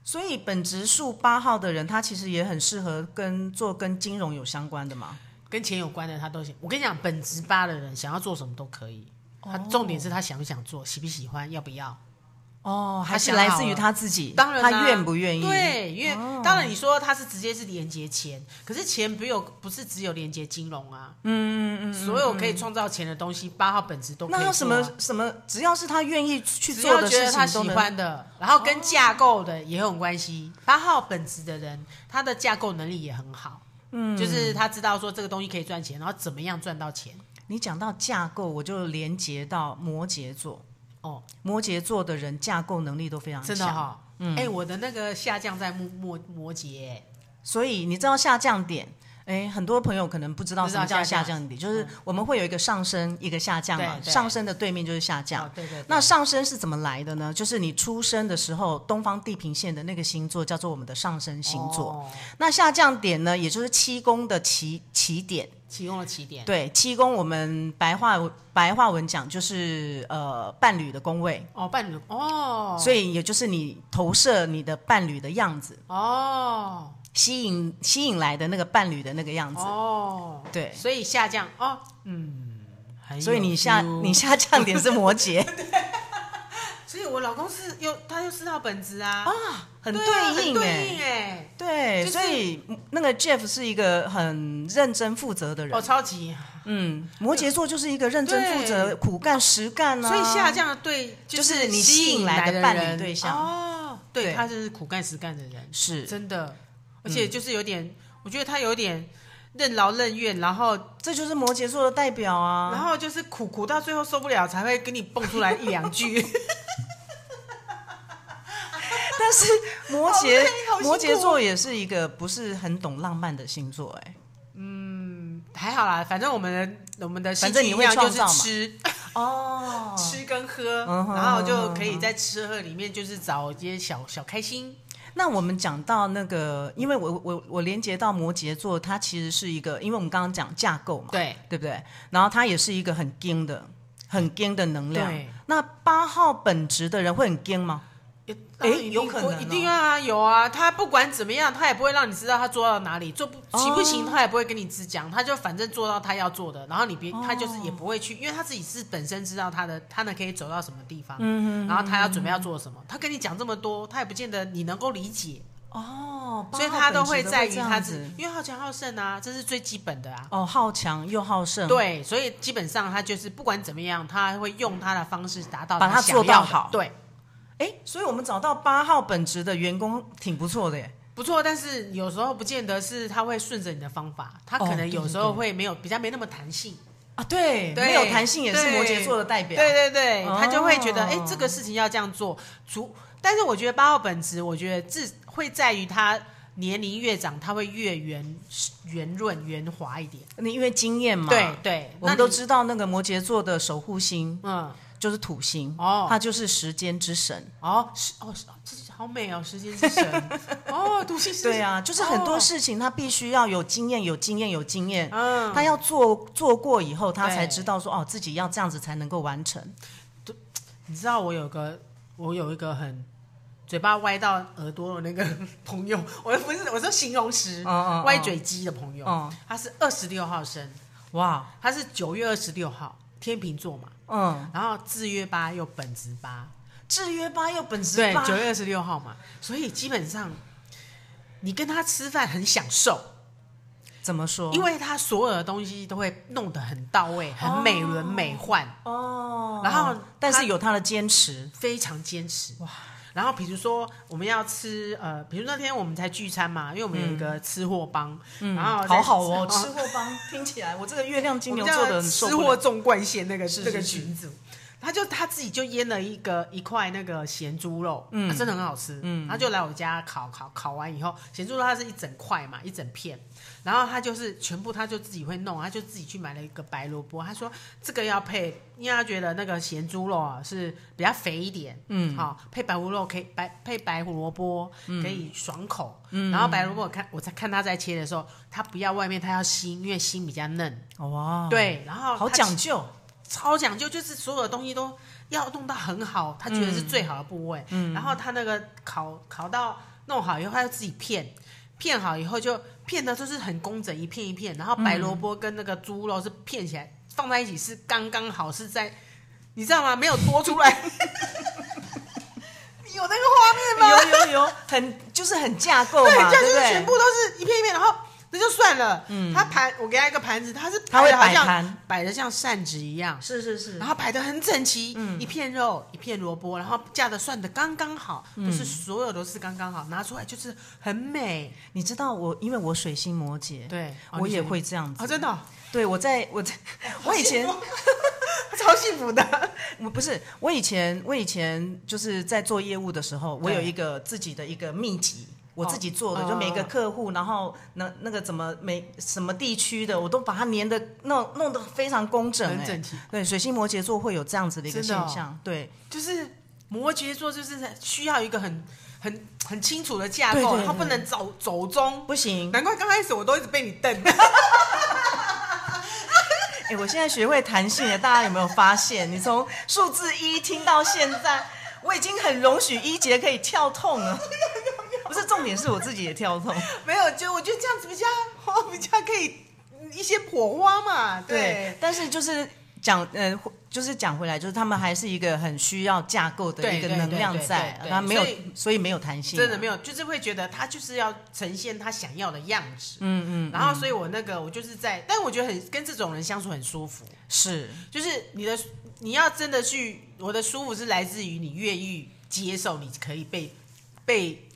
S2: 所以本职数八号的人，他其实也很适合跟做跟金融有相关的嘛。
S1: 跟钱有关的他都行。我跟你讲，本职八的人想要做什么都可以，他重点是他想不想做，喜不喜欢，要不要。
S2: 哦，
S1: 他
S2: 还是
S1: 想
S2: 来
S1: 好
S2: 自于
S1: 了
S2: 他自己，
S1: 当然啦啊
S2: 他愿不愿意？，
S1: 对，因为、当然你说他是直接是连接钱，可是钱不有不是只有连接金融啊，嗯嗯嗯，所有可以创造钱的东西，八号本质都可以、
S2: 那
S1: 啊。
S2: 他什么什么，只要是他愿意去
S1: 只
S2: 做
S1: 要
S2: 的
S1: 觉
S2: 事
S1: 得
S2: 情，
S1: 他喜
S2: 都能。
S1: 欢的，然后跟架构的也有关系。八号本职的人，他的架构能力也很好，嗯，就是他知道说这个东西可以赚钱，然后怎么样赚到钱。
S2: 你讲到架构，我就连接到摩羯座。
S1: 哦，
S2: 摩羯座的人架构能力都非常
S1: 真
S2: 强，
S1: 的哈、嗯，哎、我的那个下降在摩摩摩羯耶，
S2: 所以你知道下降点，哎，很多朋友可能不知道
S1: 不知
S2: 什
S1: 道
S2: 么叫
S1: 下
S2: 下
S1: 降嗯
S2: 降点，就是我们会有一个上升，一个下降嘛，
S1: 对对
S2: 上升的对面就是下降
S1: 哦。，对对对，
S2: 那上升是怎么来的呢？就是你出生的时候，东方地平线的那个星座叫做我们的上升星座。
S1: 哦
S2: 那下降点呢，也就是七宫的起起点。
S1: 提供了起点，
S2: 对，七宫我们白话白话文讲就是呃伴侣的宫位，
S1: 哦，伴侣，哦，
S2: 所以也就是你投射你的伴侣的样子，
S1: 哦
S2: 吸引吸引来的那个伴侣的那个样子。
S1: 哦，
S2: 对，
S1: 所以下降哦，嗯，很
S2: 所以
S1: 有
S2: 你下
S1: feel
S2: 你下降点是摩 羯，
S1: 所以我老公是又他又四号本子啊，啊，
S2: 哦很
S1: 啊、很
S2: 应
S1: 对
S2: 哎、
S1: 应哎、
S2: 对，
S1: 就是
S2: 所以那个 Jeff 是一个很认真负责的人。
S1: 哦，超级，
S2: 嗯，摩羯座就是一个认真负责、苦干实干啊。
S1: 所以下降的对
S2: 就是
S1: 是
S2: 你
S1: 吸
S2: 吸引来
S1: 来
S2: 的
S1: 的
S2: 伴侣
S1: 人
S2: 对象
S1: 哦，对
S2: 对
S1: 他就是苦干实干的人，
S2: 是
S1: 真的，而且就是有点。我觉得他有点任劳任怨，然后
S2: 这就是摩羯座的代表 啊。
S1: 然后就是苦苦到最后受不了，才会跟你蹦出来一两 句。
S2: 但是摩
S1: 好累
S2: 羯
S1: 好辛苦
S2: 摩羯座也是一个不是很懂浪漫的星座、哎，
S1: 还好啦，反正我们的我们的
S2: 反正你会
S1: 就
S2: 创
S1: 是
S2: 造嘛
S1: 吃
S2: 哦，
S1: 吃跟喝，
S2: 嗯哼
S1: 然后就可以在吃喝里面就是找一些小小开心。
S2: 那我们讲到那个，因为我我我连接到摩羯座，它其实是一个，因为我们刚刚讲架构嘛，
S1: 对
S2: 对不对？然后它也是一个很硬的、很硬的能量。
S1: 对，
S2: 那八号本质的人会很硬吗？
S1: 当然一定
S2: 有可能哦
S1: 一定啊，有啊，他不管怎么样，他也不会让你知道他做到哪里，做不
S2: 哦
S1: 行不行，他也不会跟你只讲，他就反正做到他要做的，然后你别他就是
S2: 哦
S1: 也不会去，因为他自己是本身知道他的他能可以走到什么地方，
S2: 嗯
S1: 然后他要准备要做什么，他跟你讲这么多，他也不见得你能够理解，
S2: 哦，
S1: 所以他都会在于
S2: 八号
S1: 他
S2: 本质
S1: 自
S2: 的会
S1: 己，
S2: 这样
S1: 因为好强好胜啊，这是最基本的啊。
S2: 哦，好强又好胜，，
S1: 对，所以基本上他就是不管怎么样，他会用他的方式达到
S2: 把
S1: 他
S2: 它
S1: 想
S2: 做到
S1: 要的
S2: 好
S1: 对，
S2: 哎，所以我们找到八号本质的员工挺不错的耶。
S1: 不错，但是有时候不见得是他会顺着你的方法，他可
S2: 哦
S1: 能
S2: 对
S1: 有
S2: 对
S1: 时候
S2: 对
S1: 会没有比较没那么弹性。
S2: 啊，对，
S1: 对
S2: 没有弹性也是
S1: 对
S2: 摩羯座的代表。
S1: 对对对，
S2: 哦
S1: 他就会觉得哎、诶这个事情要这样做。除，但是我觉得八号本质，我觉得自会在于他年龄越长，他会越圆圆润圆滑一点。
S2: 你因为经验嘛，
S1: 对，对，
S2: 我
S1: 那
S2: 们都
S1: 你
S2: 知道那个摩羯座的守护星
S1: 嗯
S2: 就是土星，
S1: 哦
S2: 它就是时间之神。
S1: 哦是哦是哦，这是好美哦，时间之神哦，独行
S2: 对啊，就是很多
S1: 哦
S2: 事情他必须要有经验，有经验，有经验。
S1: 嗯，
S2: 他要做做过以后，他才
S1: 对
S2: 知道说哦，自己要这样子才能够完成。
S1: 你知道我有个，我有一个很嘴巴歪到耳朵的那个朋友， 我不是我说形容词，
S2: 哦
S1: 歪嘴鸡的朋友，
S2: 哦
S1: 他是二十六号生，
S2: 哇，
S1: 他是九月二十六号，天秤座嘛，
S2: 嗯，
S1: 然后制约八又本职八，
S2: 制约八又本质
S1: 对
S2: 八，，
S1: 九月二十六号嘛，所以基本上你跟他吃饭很享受，
S2: 怎么说？
S1: 因为他所有的东西都会弄得很到位，很美轮美奂，
S2: 哦，
S1: 然后
S2: 但
S1: 他
S2: 是有他的坚持，
S1: 非常坚持哇。然后比如说我们要吃呃，比如那天我们才聚餐嘛，因为我们有一个吃货帮，然后在
S2: 好好哦，
S1: 吃
S2: 吃货帮听起来，我这个月亮金
S1: 我
S2: 牛
S1: 们
S2: 座的
S1: 叫
S2: 很受
S1: 吃
S2: 不
S1: 货
S2: 了。
S1: 纵贯线那个
S2: 是
S1: 那个
S2: 是是
S1: 群组。他就他自己就腌了一个一块那个咸猪肉，嗯、真的很好吃。嗯，他就来我家烤烤烤完以后，咸猪肉它是一整块嘛，一整片，然后他就是全部他就自己会弄，他就自己去买了一个白萝卜，他说这个要配，因为他觉得那个咸猪肉啊是比较肥一点，嗯，好、配白胡肉可以白配白胡萝卜可以爽口，嗯，然后白萝卜我看我在看他在切的时候，他不要外面，他要心，因为心比较嫩，
S2: 哇，，
S1: 对，然后
S2: 哦好
S1: 他
S2: 讲究，
S1: 超讲究，就是所有的东西都要弄到很好，他觉得是最好的部位。
S2: 嗯
S1: 然后他那个烤烤到弄好以后，他就自己片，片好以后就片的就是很工整，一片一片。然后白萝卜跟那个猪肉是片起来、放在一起是刚刚好，是在你知道吗？没有多 出来。 你有那个画面吗？
S2: 有有有，很就是很架构
S1: 对，
S2: 嘛，
S1: 这样
S2: 对
S1: 就
S2: 不
S1: 是
S2: 对？
S1: 全部都是一片一片，然后那就算了。嗯，他盘我给他一个盘子，他是
S2: 他
S1: 摆
S2: 会
S1: 得好
S2: 摆
S1: 像
S2: 盘，
S1: 摆的像扇子一样，
S2: 是是是
S1: 然后摆的很整齐，
S2: 嗯
S1: 一片肉，一片萝卜，然后架的算的刚刚好，
S2: 嗯
S1: 就是所有都是刚刚好，拿出来就是很美。
S2: 你知道我，因为我水星摩羯，
S1: 对，哦
S2: 我
S1: 你
S2: 也
S1: 觉得
S2: 会这样子。
S1: 哦，真的哦，
S2: 对我在我在 我以前
S1: 超幸福的。
S2: 我不是我以前我以前就是在做业务的时候，我
S1: 对
S2: 有一个自己的一个秘籍。我自己做的，
S1: 哦
S2: 就每个客户，然后那那个怎么每什么地区的，我都把它粘的弄弄得非常工整、
S1: 很
S2: 哎
S1: 整齐。
S2: 对，水星摩羯座会有这样子的一个
S1: 真的
S2: 现
S1: 哦
S2: 象。对，
S1: 就是摩羯座，就是需要一个很很很清楚的架
S2: 对对
S1: 构，
S2: 对
S1: 然后不能走走中。
S2: 不行，
S1: 难怪刚开始我都一直被你瞪。
S2: 哎、我现在学会弹性了，大家有没有发现？你从数字一听到现在，我已经很容许一节可以跳痛了。 不是重点是我自己也跳痛，
S1: 没有，就我觉得这样子比较比较可以一些火花嘛。对，
S2: 但是就是讲，呃，就是讲回来，就是他们还是一个很需要架构的
S1: 对
S2: 一个
S1: 对
S2: 能
S1: 对
S2: 量
S1: 对
S2: 在
S1: 对，对
S2: 他没有
S1: 所以，
S2: 所以没有弹性啊、
S1: 真的没有，就是会觉得他就是要呈现他想要的样子。嗯嗯。然后，所以我那个我就是在，但我觉得很跟这种人相处很舒服。
S2: 是
S1: 就是你的，你要真的去，我的舒服是来自于你愿意接受，你可以被被。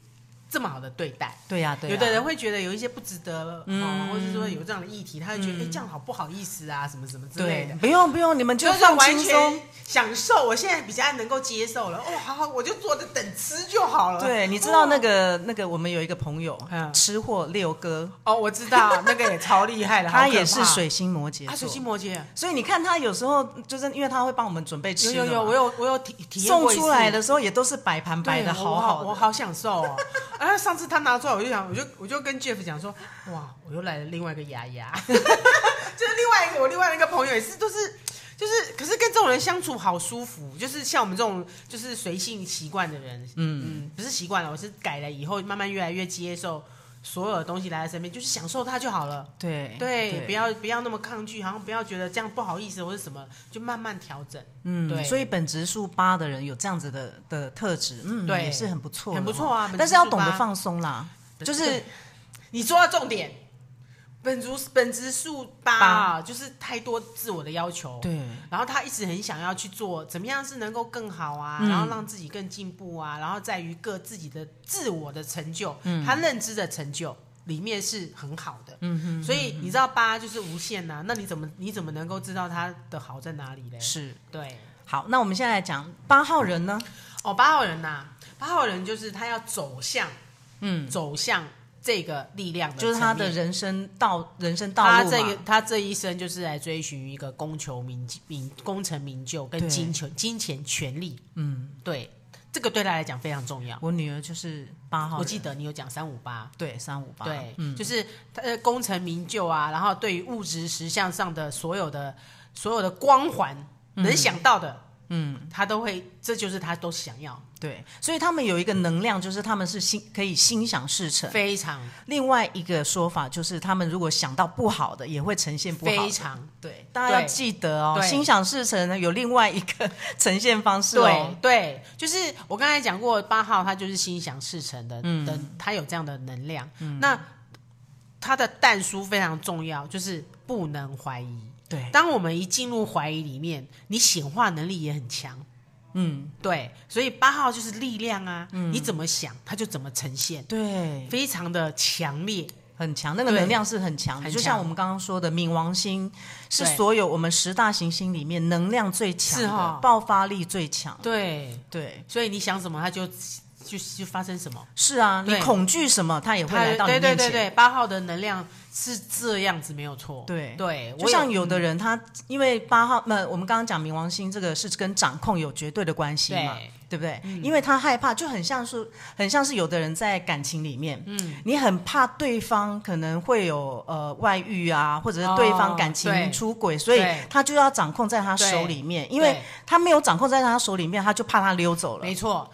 S1: 这么好的对啊待。
S2: 对呀、对、呀。
S1: 有的人会觉得有一些不值得，哦，
S2: 嗯
S1: 或者说有这样的议题，他会觉得哎、这样好不好意思啊，什么什么之类
S2: 对
S1: 的，。
S2: 不用不用，你们就
S1: 就是
S2: 放
S1: 完
S2: 轻
S1: 全
S2: 松。
S1: 享受，我现在比较能够接受了。哦，好好，我就坐着等吃就好了。哦
S2: 对，你知道那个、那个，我们有一个朋友，
S1: 嗯
S2: 吃货六哥，
S1: 哦，我知 道那个也超厉害的，
S2: 他
S1: 好可
S2: 也是
S1: 怕，
S2: 水星摩羯
S1: 他水
S2: 座，
S1: 星摩羯，
S2: 所以你看他有时候就是因为他会帮我们准备吃
S1: 有
S2: 的
S1: 有有，
S2: 嘛
S1: 我有我有体体验
S2: 送
S1: 过一
S2: 出
S1: 次
S2: 来的时候也都是摆盘
S1: 对
S2: 摆的
S1: 我
S2: 好
S1: 好我
S2: 的，
S1: 好享受哦。 啊，上次他拿出来，我就想，我就我就跟 Jeff 讲说，哇，我又来了另外一个牙牙， 就是另外一个我另外一个朋友也是，都是就是，可是跟这种人相处好舒服，就是像我们这种就是随性习惯的人，嗯嗯，不是习惯了，我是改了以后，慢慢越来越接受所有的东西来到身边，就是享受它就好了。
S2: 哎对
S1: 对，不要不要那么抗拒，好像不要觉得这样不好意思或者什么，就慢慢调整。
S2: 嗯，
S1: 对
S2: 所以本职数八的人有这样子的的特质，嗯，
S1: 对
S2: 也是很不错的哦，
S1: 很不错啊本
S2: 但
S1: 职
S2: 是要
S1: 数
S2: 懂得
S1: 八
S2: 放松啦，就
S1: 对
S2: 是
S1: 你说到重点，本族本职数八啊，就是太多自我的要求。。
S2: 对
S1: 然后他一直很想要去做，怎么样是能够更好啊，
S2: 嗯
S1: 然后让自己更进步啊，然后在于各自己的自我的成就，
S2: 嗯
S1: 他认知的成就里面是很好的。嗯哼所以你知道八就是无限呐、啊那你怎么你怎么能够知道他的好在哪里嘞？
S2: 是
S1: 对。
S2: 好。那我们现在来讲八号人呢，嗯
S1: 哦，八号人呐、八号人就是他要走向，嗯，走向这个力量的层面，
S2: 就是他的人生道人生道
S1: 他
S2: 路
S1: 这
S2: 嘛
S1: 个他这一生就是来追寻一个功求名名功成名就跟
S2: 对
S1: 金钱金钱权利，嗯，对，这个对他来讲非常重要。
S2: 我女儿就是八号人，
S1: 我记得你有讲三五八，
S2: 对三五八，
S1: 对，
S2: 嗯，
S1: 就是他的功成名就啊，然后对于物质实相上的所有的所有的光环，能想到的，嗯，他都会，这就是他都想要，
S2: 对，所以他们有一个能量，就是他们是心可以心想事成。
S1: 非常
S2: 另外一个说法就是，他们如果想到不好的，也会呈现不好
S1: 非
S2: 的。
S1: 常
S2: 对，大家要
S1: 对
S2: 记得哦，
S1: 对
S2: 心想事成呢有另外一个呈现方式
S1: 对
S2: 哦。
S1: 对，就是我刚才讲过，八号他就是心想事成的，的他有这样的能量。那他的淡书非常重要，就是不能怀疑。
S2: 对
S1: 当我们一进入怀疑里面，你显化能力也很强。嗯，对，所以八号就是力量啊，你怎么想，它就怎么呈现，
S2: 对，
S1: 非常的强烈。
S2: 很强，那个
S1: 对
S2: 能量是很强的。
S1: 很
S2: 就
S1: 强
S2: 像我们刚刚说的，冥王星是
S1: 对
S2: 所有我们十大行星里面能量最强
S1: 是哦
S2: 的，爆发力最强。
S1: 对，
S2: 对，
S1: 所以你想什么，它就就就发生什么。
S2: 是啊，你
S1: 对
S2: 恐惧什么，它也会
S1: 他
S2: 来到你
S1: 对
S2: 面
S1: 对
S2: 前。
S1: 对对，八号的能量是这样子，没有错。
S2: 对
S1: 对，
S2: 就
S1: 我嗯
S2: 像
S1: 有
S2: 有的人他因为八号，那、我们刚刚讲冥王星这个是跟掌控有绝对的关系嘛，
S1: 对嗯
S2: 对不对？因为他害怕，就很像是很像是有的人在感情里面，嗯，你很怕对方可能会有呃外遇啊，或者是对
S1: 哦
S2: 方感情
S1: 对
S2: 出轨，所以
S1: 对
S2: 他就要掌控在他手里面，因为
S1: 对
S2: 他没有掌控在他手里面，他就怕他溜走了
S1: 没错，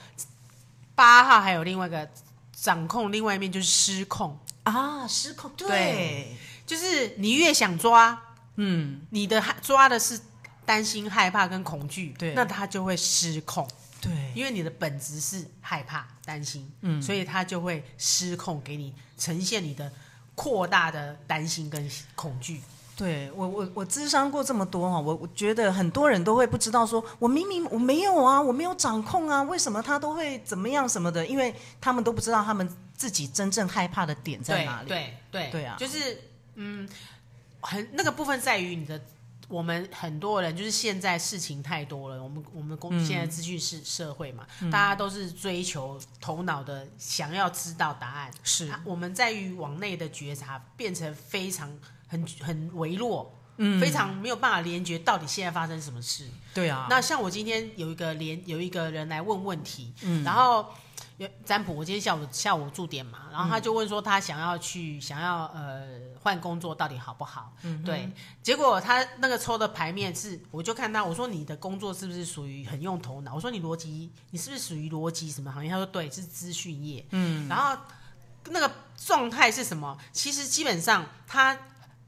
S1: 八号还有另外一个掌控，另外一面就是失控，
S2: 啊，失控，
S1: 对就是你越想抓，嗯，你的害抓的是担心、害怕跟恐惧，
S2: 对
S1: 那他就会失控，
S2: 对
S1: 因为你的本质是害怕、担心，嗯，所以他就会失控，给你呈现你的扩大的担心跟恐惧。
S2: 对我我我智商过这么多哈，我我觉得很多人都会不知道说，我明明我没有啊，我没有掌控啊，为什么他都会怎么样什么的？因为他们都不知道他们自己真正害怕的点在哪里。
S1: 对对
S2: 对啊
S1: 就是嗯，很那个部分在于你的。我们很多人就是现在事情太多了，我们我们公现在资讯是社会嘛，
S2: 嗯
S1: 大家都是追求头脑的，想要知道答案。
S2: 是
S1: 啊我们在于往内的觉察变成非常很很微弱，嗯，非常没有办法连接到底现在发生什么事。
S2: 对啊
S1: 那像我今天有一个连有一个人来问问题，
S2: 嗯
S1: 然后有占卜，我今天下午下午驻点嘛，然后他就问说他想要去
S2: 嗯
S1: 想要呃换工作到底好不好？对，结果他那个抽的牌面是，我就看他我说你的工作是不是属于很用头脑？我说你逻辑你是不是属于逻辑什么行业？他说对，是资讯业。嗯，然后那个状态是什么？其实基本上他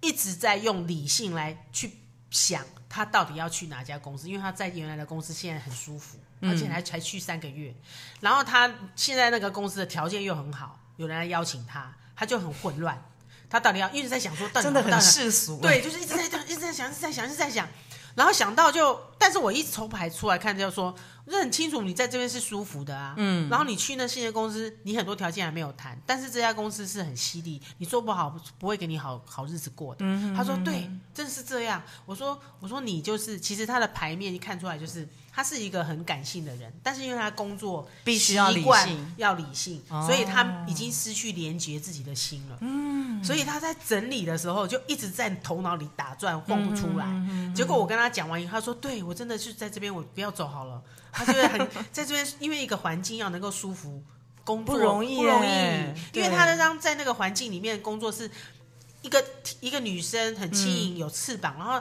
S1: 一直在用理性来去想他到底要去哪家公司，因为他在原来的公司现在很舒服，
S2: 嗯
S1: 而且还才去三个月，然后他现在那个公司的条件又很好，有人来邀请他，他就很混乱，他到底要一直在想说到底
S2: 真的
S1: 到
S2: 很
S1: 底
S2: 世俗。啊
S1: 对，就是一直在想，一直在想，一直在想，一直在想，然后想到就，但是我一直抽牌出来看，就说就是很清楚你在这边是舒服的啊。嗯，然后你去那新的公司，你很多条件还没有谈，但是这家公司是很犀利，你做不好不会给你好好日子过的。
S2: 嗯
S1: 他说对，正是这样。我说我说你就是，其实他的牌面一看出来就是他是一个很感性的人，但是因为他工作
S2: 必须要理性哦
S1: 习惯要理性，所以他已经失去连接自己的心了。嗯，所以他在整理的时候就一直在头脑里打转，晃不
S2: 嗯
S1: 出来。嗯结果我跟他讲完以后，他说：“对我真的是在这边，我不要走好了。”他就是很在这边，因为一个环境要能够舒服，工作
S2: 不容易
S1: 不容
S2: 耶
S1: 易，因为
S2: 对
S1: 他那张在那个环境里面工作是一个一个女生很轻
S2: 嗯
S1: 盈，有翅膀，然后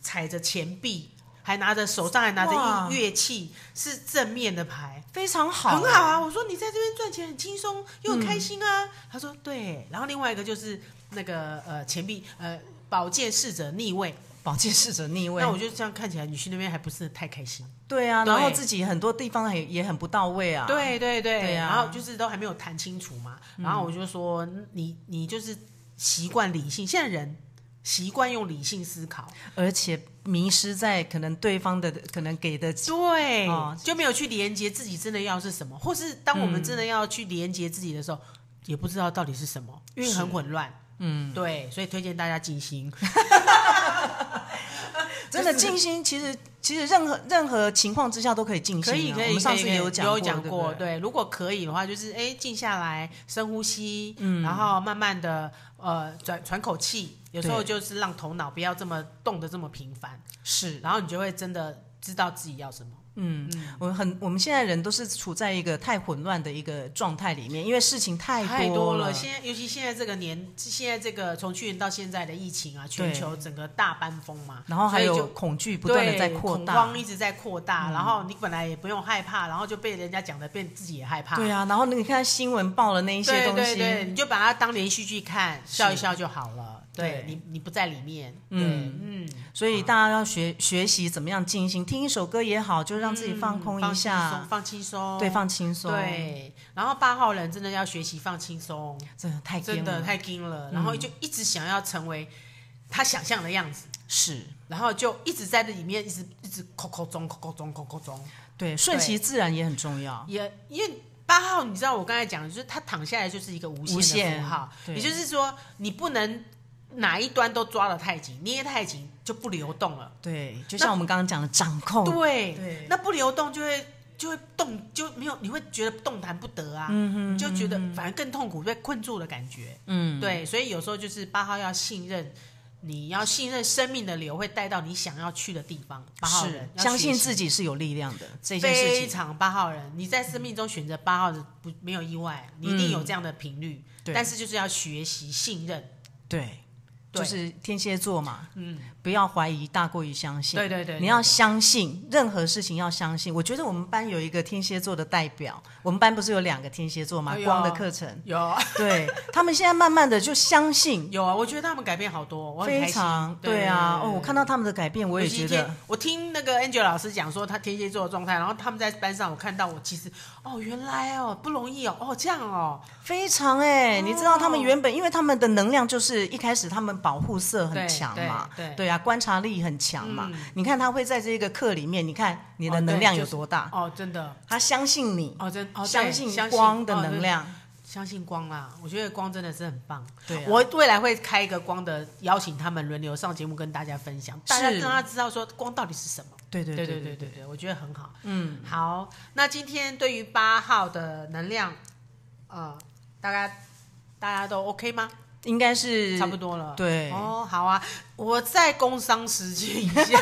S1: 踩着钱币。还拿着手上还拿
S2: 哇
S1: 着乐器，是正面的牌，
S2: 非常好，
S1: 很好啊！我说你在这边赚钱很轻松，又很开心啊。他说对，然后另外一个就是那个呃钱币呃宝剑侍者逆位，
S2: 保健侍者逆位
S1: 那，我就这样看起来，你去那边还不是太开心。
S2: 对啊，
S1: 对
S2: 然后自己很多地方也也很不到位啊，，
S1: 对对对，嗯
S2: 对啊
S1: 然后就是都还没有谈清楚嘛，然后我就说你你就是习惯理性，现在人习惯用理性思考，
S2: 而且迷失在可能对方的可能给的
S1: 对，
S2: 哦
S1: 就没有去连接自己真的要是什么，或是当我们真的要去连接自己的时候，也不知道到底是什么，因为很混乱。嗯，对，所以推荐大家静心。
S2: 真的静心，其实其实任何任何情况之下都可以静心、啊。
S1: 可以可以，
S2: 我们上次
S1: 可以
S2: 也有
S1: 可以
S2: 讲
S1: 有
S2: 过，
S1: 讲
S2: 对
S1: 过，
S2: 不对。
S1: 对。如果可以的话，就是哎，静下来，深呼吸，嗯，然后慢慢的呃喘喘口气，有时候
S2: 对
S1: 就是让头脑不要这么动的这么频繁，
S2: 是，
S1: 然后你就会真的知道自己要什么。
S2: 我
S1: 嗯
S2: 很嗯我们现在人都是处在一个太混乱的一个状态里面，因为事情太多
S1: 太多
S2: 了。
S1: 现在尤其现在这个年，现在这个从去年到现在的疫情啊，全
S2: 对
S1: 球整个大搬风嘛，
S2: 然后还
S1: 所以
S2: 有
S1: 就
S2: 恐惧不断的在扩
S1: 对恐
S2: 大嗯
S1: 慌，一直在扩大，然后你本来也不用害怕，然后就被人家讲的变自己也害怕，
S2: 对啊，然后你看新闻报了那一些
S1: 对
S2: 东
S1: 对
S2: 西，
S1: 对，你就把它当连续剧看，笑一笑就好了。
S2: 对
S1: 对你，你不在里面，对
S2: 嗯
S1: 嗯，
S2: 所以大家要学学习怎么样静心，听一首歌也好，就让自己放空一
S1: 放轻嗯
S2: 下
S1: 松，放轻松，
S2: 对，放轻松，，
S1: 对。然后八号人真的要学习放轻松，
S2: 真的太
S1: 真
S2: 颠
S1: 的
S2: 了
S1: 太精了，嗯然后就一直想要成为他想象的样子，
S2: 是
S1: 然后就一直在这里面一直一直扣扣中扣扣中扣扣中，
S2: 对，顺其自然也很重要，
S1: 也因为八号，你知道我刚才讲的，就是它躺下来就是一个无
S2: 无
S1: 限的
S2: 限
S1: 符号，
S2: 对
S1: 也就是说你不能哪一端都抓得太紧，捏太紧就不流动了。
S2: 对，就像我们刚刚讲的掌控，
S1: 对，
S2: 对
S1: 那不流动就会就会动，就没有你会觉得动弹不得啊，你就觉得反而更痛苦，被困住的感觉。
S2: 嗯，
S1: 对，所以有时候就是八号要信任。你要信任生命的流会带到你想要去的地方。八号
S2: 是
S1: 人要
S2: 相信
S1: 学习
S2: 自己是有力量的这件事
S1: 非
S2: 情。
S1: 常八号人，你在生命中选择八号的不没有意外，你一定有这样的频率，
S2: 嗯对
S1: 但是就是要学习信任，
S2: 对，
S1: 对
S2: 就是天蝎座嘛，嗯，不要怀疑大过于相信，
S1: 对对对对
S2: 你要相信任何事情要相信。我觉得我们班有一个天蝎座的代表，我们班不是有两个天蝎座嘛，
S1: 哎呦
S2: 光的课程，
S1: 有啊
S2: 对他们现在慢慢的就相信，
S1: 有啊，我觉得他们改变好多，我很开
S2: 非
S1: 心
S2: 常对啊，哦，我看。到他们的改变，我
S1: 我
S2: 也觉得，
S1: 我听那个 Angel 老师讲说他天蝎座的状态，然后他们在班上，我看到我其实哦，原来哦不容易哦，哦这样哦，
S2: 非常哎、你知道他们原本因为他们的能量就是一开始他们保护色很强嘛，
S1: 对对嗯对
S2: 啊，观察力很强嘛。你看他会在这个课里面，你看你的
S1: 哦
S2: 能
S1: 对
S2: 量
S1: 就
S2: 有
S1: 是
S2: 多大，
S1: 哦真的
S2: 他相信你，
S1: 哦真哦对
S2: 啊相信
S1: 相信
S2: 光的
S1: 哦
S2: 能
S1: 对
S2: 量，
S1: 相信光啦，我觉得光真的是很棒。
S2: 对啊
S1: 我未来会开一个光的，邀请他们轮流上节目跟大家分享，大家
S2: 是
S1: 让他知道说光到底是什么。
S2: 对对
S1: 对
S2: 对
S1: 对对对对，我觉得很好。嗯，好，那今天对于八号的能量，呃，大概大家都 OK 吗？
S2: 应该是
S1: 差不。多了。
S2: 嗯对
S1: 哦，好啊，我再工商时间一 下。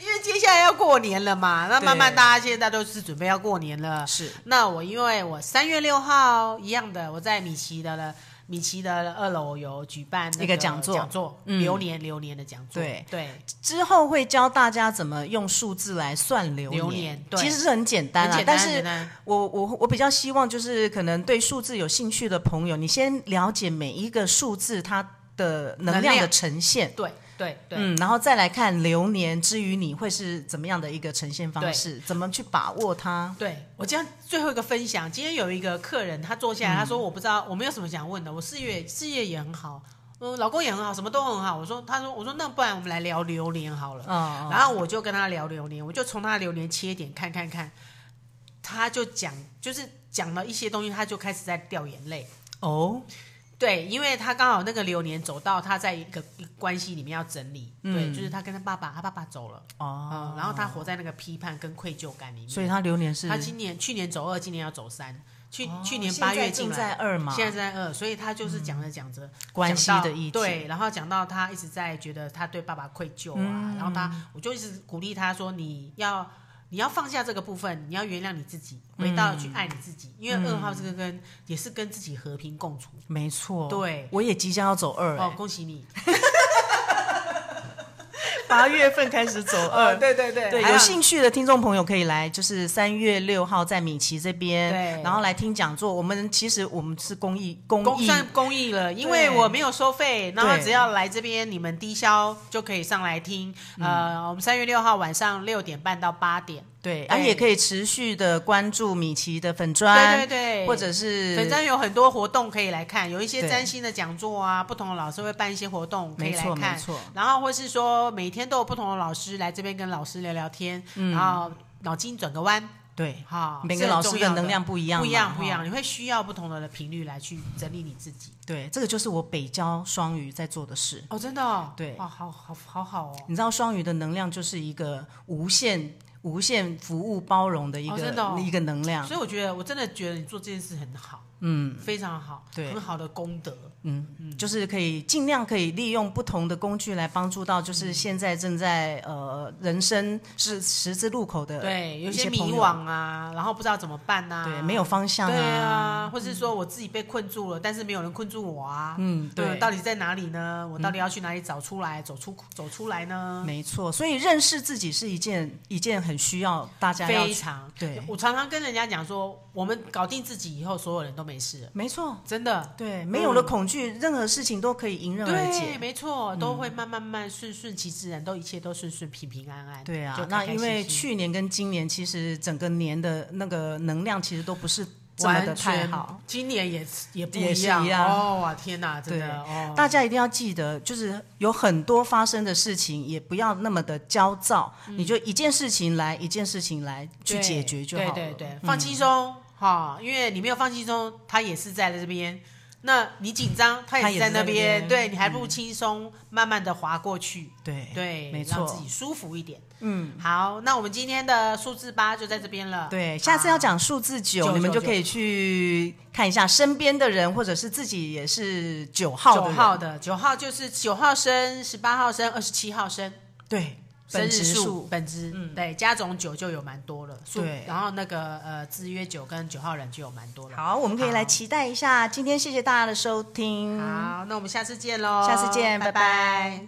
S1: 因为接下来要过年了嘛，那慢慢
S2: 对
S1: 大家现在都是准备要过年了，
S2: 是
S1: 那我因为我三月六号一样的，我在米奇的了。米奇的二楼有举办那
S2: 一个讲座
S1: 讲座
S2: 嗯
S1: 流年流年的讲座，
S2: 对
S1: 对，
S2: 之后会教大家怎么用数字来算流
S1: 流年对
S2: 其实是很简单
S1: 很
S2: 啊。
S1: 简单
S2: 但是
S1: 简单
S2: 我我我比较希望就是可能对数字有兴趣的朋友，你先了解每一个数字它的能
S1: 能
S2: 量
S1: 量
S2: 的呈现，
S1: 对对对、
S2: 嗯，然后再来看流年之于你会是怎么样的一个呈现方式，怎么去把握它。
S1: 对。我这样最后一个分享，今天有一个客人他坐下来，他说我不知道我没有什么想问的，我四月四月也很好。嗯，老公也很好，什么都很好。我说，他说，我说那不然我们来聊榴莲好了。
S2: 嗯，
S1: 然后我就跟他聊榴莲，我就从他榴莲切点看看看，他就讲，就是讲了一些东西，他就开始在掉眼泪。
S2: 哦，
S1: 对，因为他刚好那个流年走到他在一个一个关系里面要整理，对，就是他跟他爸爸，他爸爸走了，
S2: 嗯哦
S1: 嗯，，然后他活在那个批判跟愧疚感里面，
S2: 所以他流年是
S1: 他今年去年走二，今年要走三，去、
S2: 哦
S1: 去年
S2: 现
S1: 八
S2: 在
S1: 月
S2: 进
S1: 进
S2: 在
S1: 来，
S2: 二嘛，嗯
S1: 现在在二，所以他就是讲着讲着、
S2: 关系
S1: 讲到
S2: 的意见，
S1: 对，然后讲到他一直在觉得他对爸爸愧疚啊，
S2: 嗯
S1: 然后他我就一直鼓励他说你要你要放下这个部分，你要原谅你自己，回到去爱你自己，因
S2: 嗯
S1: 为二号这个跟、也是跟自己和平共处，
S2: 没错，
S1: 对
S2: 我也即将要走二、
S1: 哦
S2: 哎，
S1: 恭喜你。
S2: 八月份开始 走二。
S1: 呃对对对
S2: 对，有兴趣的听众朋友可以来，就是三月六号在米奇这边，
S1: 对
S2: 然后来听讲座。我们其实我们是公益公
S1: 公
S2: 益
S1: 算公益了，因为
S2: 对
S1: 我没有收费，然后
S2: 对
S1: 只要来这边，你们低消就可以上来听。呃，我们三月六号晚上六点半到八点，对
S2: 对，啊，也可以持续的关注米奇的粉砖，
S1: 对对对，
S2: 或者是
S1: 粉专有很多活动可以来看，有一些
S2: 对
S1: 占星的讲座啊，不同的老师会办一些活动可以
S2: 没
S1: 来
S2: 错没
S1: 看。
S2: 错，
S1: 然后或是说每天都有不同的老师来这边跟老师聊聊天，然后脑筋转个弯，
S2: 对，
S1: 哈，
S2: 嗯每
S1: 是
S2: 个
S1: 哦很
S2: 老师
S1: 重要的
S2: 能量不一样嘛，
S1: 不一样，不一
S2: 哈
S1: 样，。你会需要不同的频率来去整理你自己。
S2: 对，这个就是我北交双鱼在做的事。
S1: 哦，真的、哦，
S2: 对
S1: 哦，好好好好哦。
S2: 你知道双鱼的能量就是一个无限、无限服务、包容的一
S1: 哦
S2: 个、
S1: 真的哦
S2: 一个能量
S1: 所。以我觉得，我真的觉得你做这件事很好，
S2: 嗯
S1: 非常好，
S2: 对
S1: 很好的功德。
S2: 嗯，就是可以尽量可以利用不同的工具来帮助到，就是现在正在呃人生是十字路口的
S1: 对，有
S2: 呃一
S1: 些
S2: 些
S1: 迷
S2: 朋友
S1: 惘啊，然后不知道怎么办啊呐、
S2: 对没有方向
S1: 对啊，或是说我自己被困住了，但是没有人困住我啊。
S2: 嗯，对嗯
S1: 对，，到底在哪里呢？我到底要去哪里找出来，走出走出来呢？
S2: 没错，所以认识自己是一件一件很需要大家要
S1: 非常
S2: 对，
S1: 我常常跟人家讲说，我们搞定自己以后，所有人都没事了，
S2: 没错，
S1: 真的。
S2: 对，没有了恐惧，任何嗯事情都可以迎刃而
S1: 对，
S2: 解。
S1: 没错，都会慢慢慢顺顺其自然，都一切都顺顺平平安安。
S2: 对
S1: 就
S2: 啊，
S1: 开
S2: 那
S1: 开
S2: 因为
S1: 心心
S2: 去年跟今年其实整个年的那个能量其实都不是这么
S1: 完
S2: 的
S1: 全
S2: 太好，，
S1: 今年也是也不
S2: 也
S1: 一
S2: 是
S1: 样
S2: 一样
S1: 哦！哇，天哪，真
S2: 对
S1: 的哦，
S2: 大家一定要记得，就是有很多发生的事情，也不要那么的焦躁，
S1: 嗯
S2: 你就一件事情来，一件事情来去
S1: 对
S2: 解决就好了。嗯
S1: 对对对，放轻松哈，因为你没有放轻松，他也是在这边。那你紧张，他
S2: 他
S1: 也是
S2: 也
S1: 在
S2: 是
S1: 那
S2: 在那
S1: 边，
S2: 边
S1: 对你还不如轻松，慢慢的滑过去，
S2: 对
S1: 对，
S2: 嗯没
S1: 让自
S2: 错
S1: 己。舒服一点。嗯，好，那我们今天的数字八就在这边了。
S2: 对，下次要讲数字九，
S1: 九
S2: 你们
S1: 九
S2: 就可以去看一下身边的人，或者是自己也是九号的
S1: 九
S2: 人
S1: 号的九号就是九号生、十八号生、二十七号生，
S2: 对
S1: 生
S2: 本
S1: 日
S2: 职
S1: 数
S2: 数，
S1: 本支，对，加总九就有蛮多了，数
S2: 对
S1: 然后那个呃制约九跟九号人就有蛮多了。
S2: 好，我们可以来
S1: 好
S2: 期待一下。今天谢谢大家的收听，
S1: 好，那我们下次见喽，
S2: 下次见，
S1: 拜
S2: 拜拜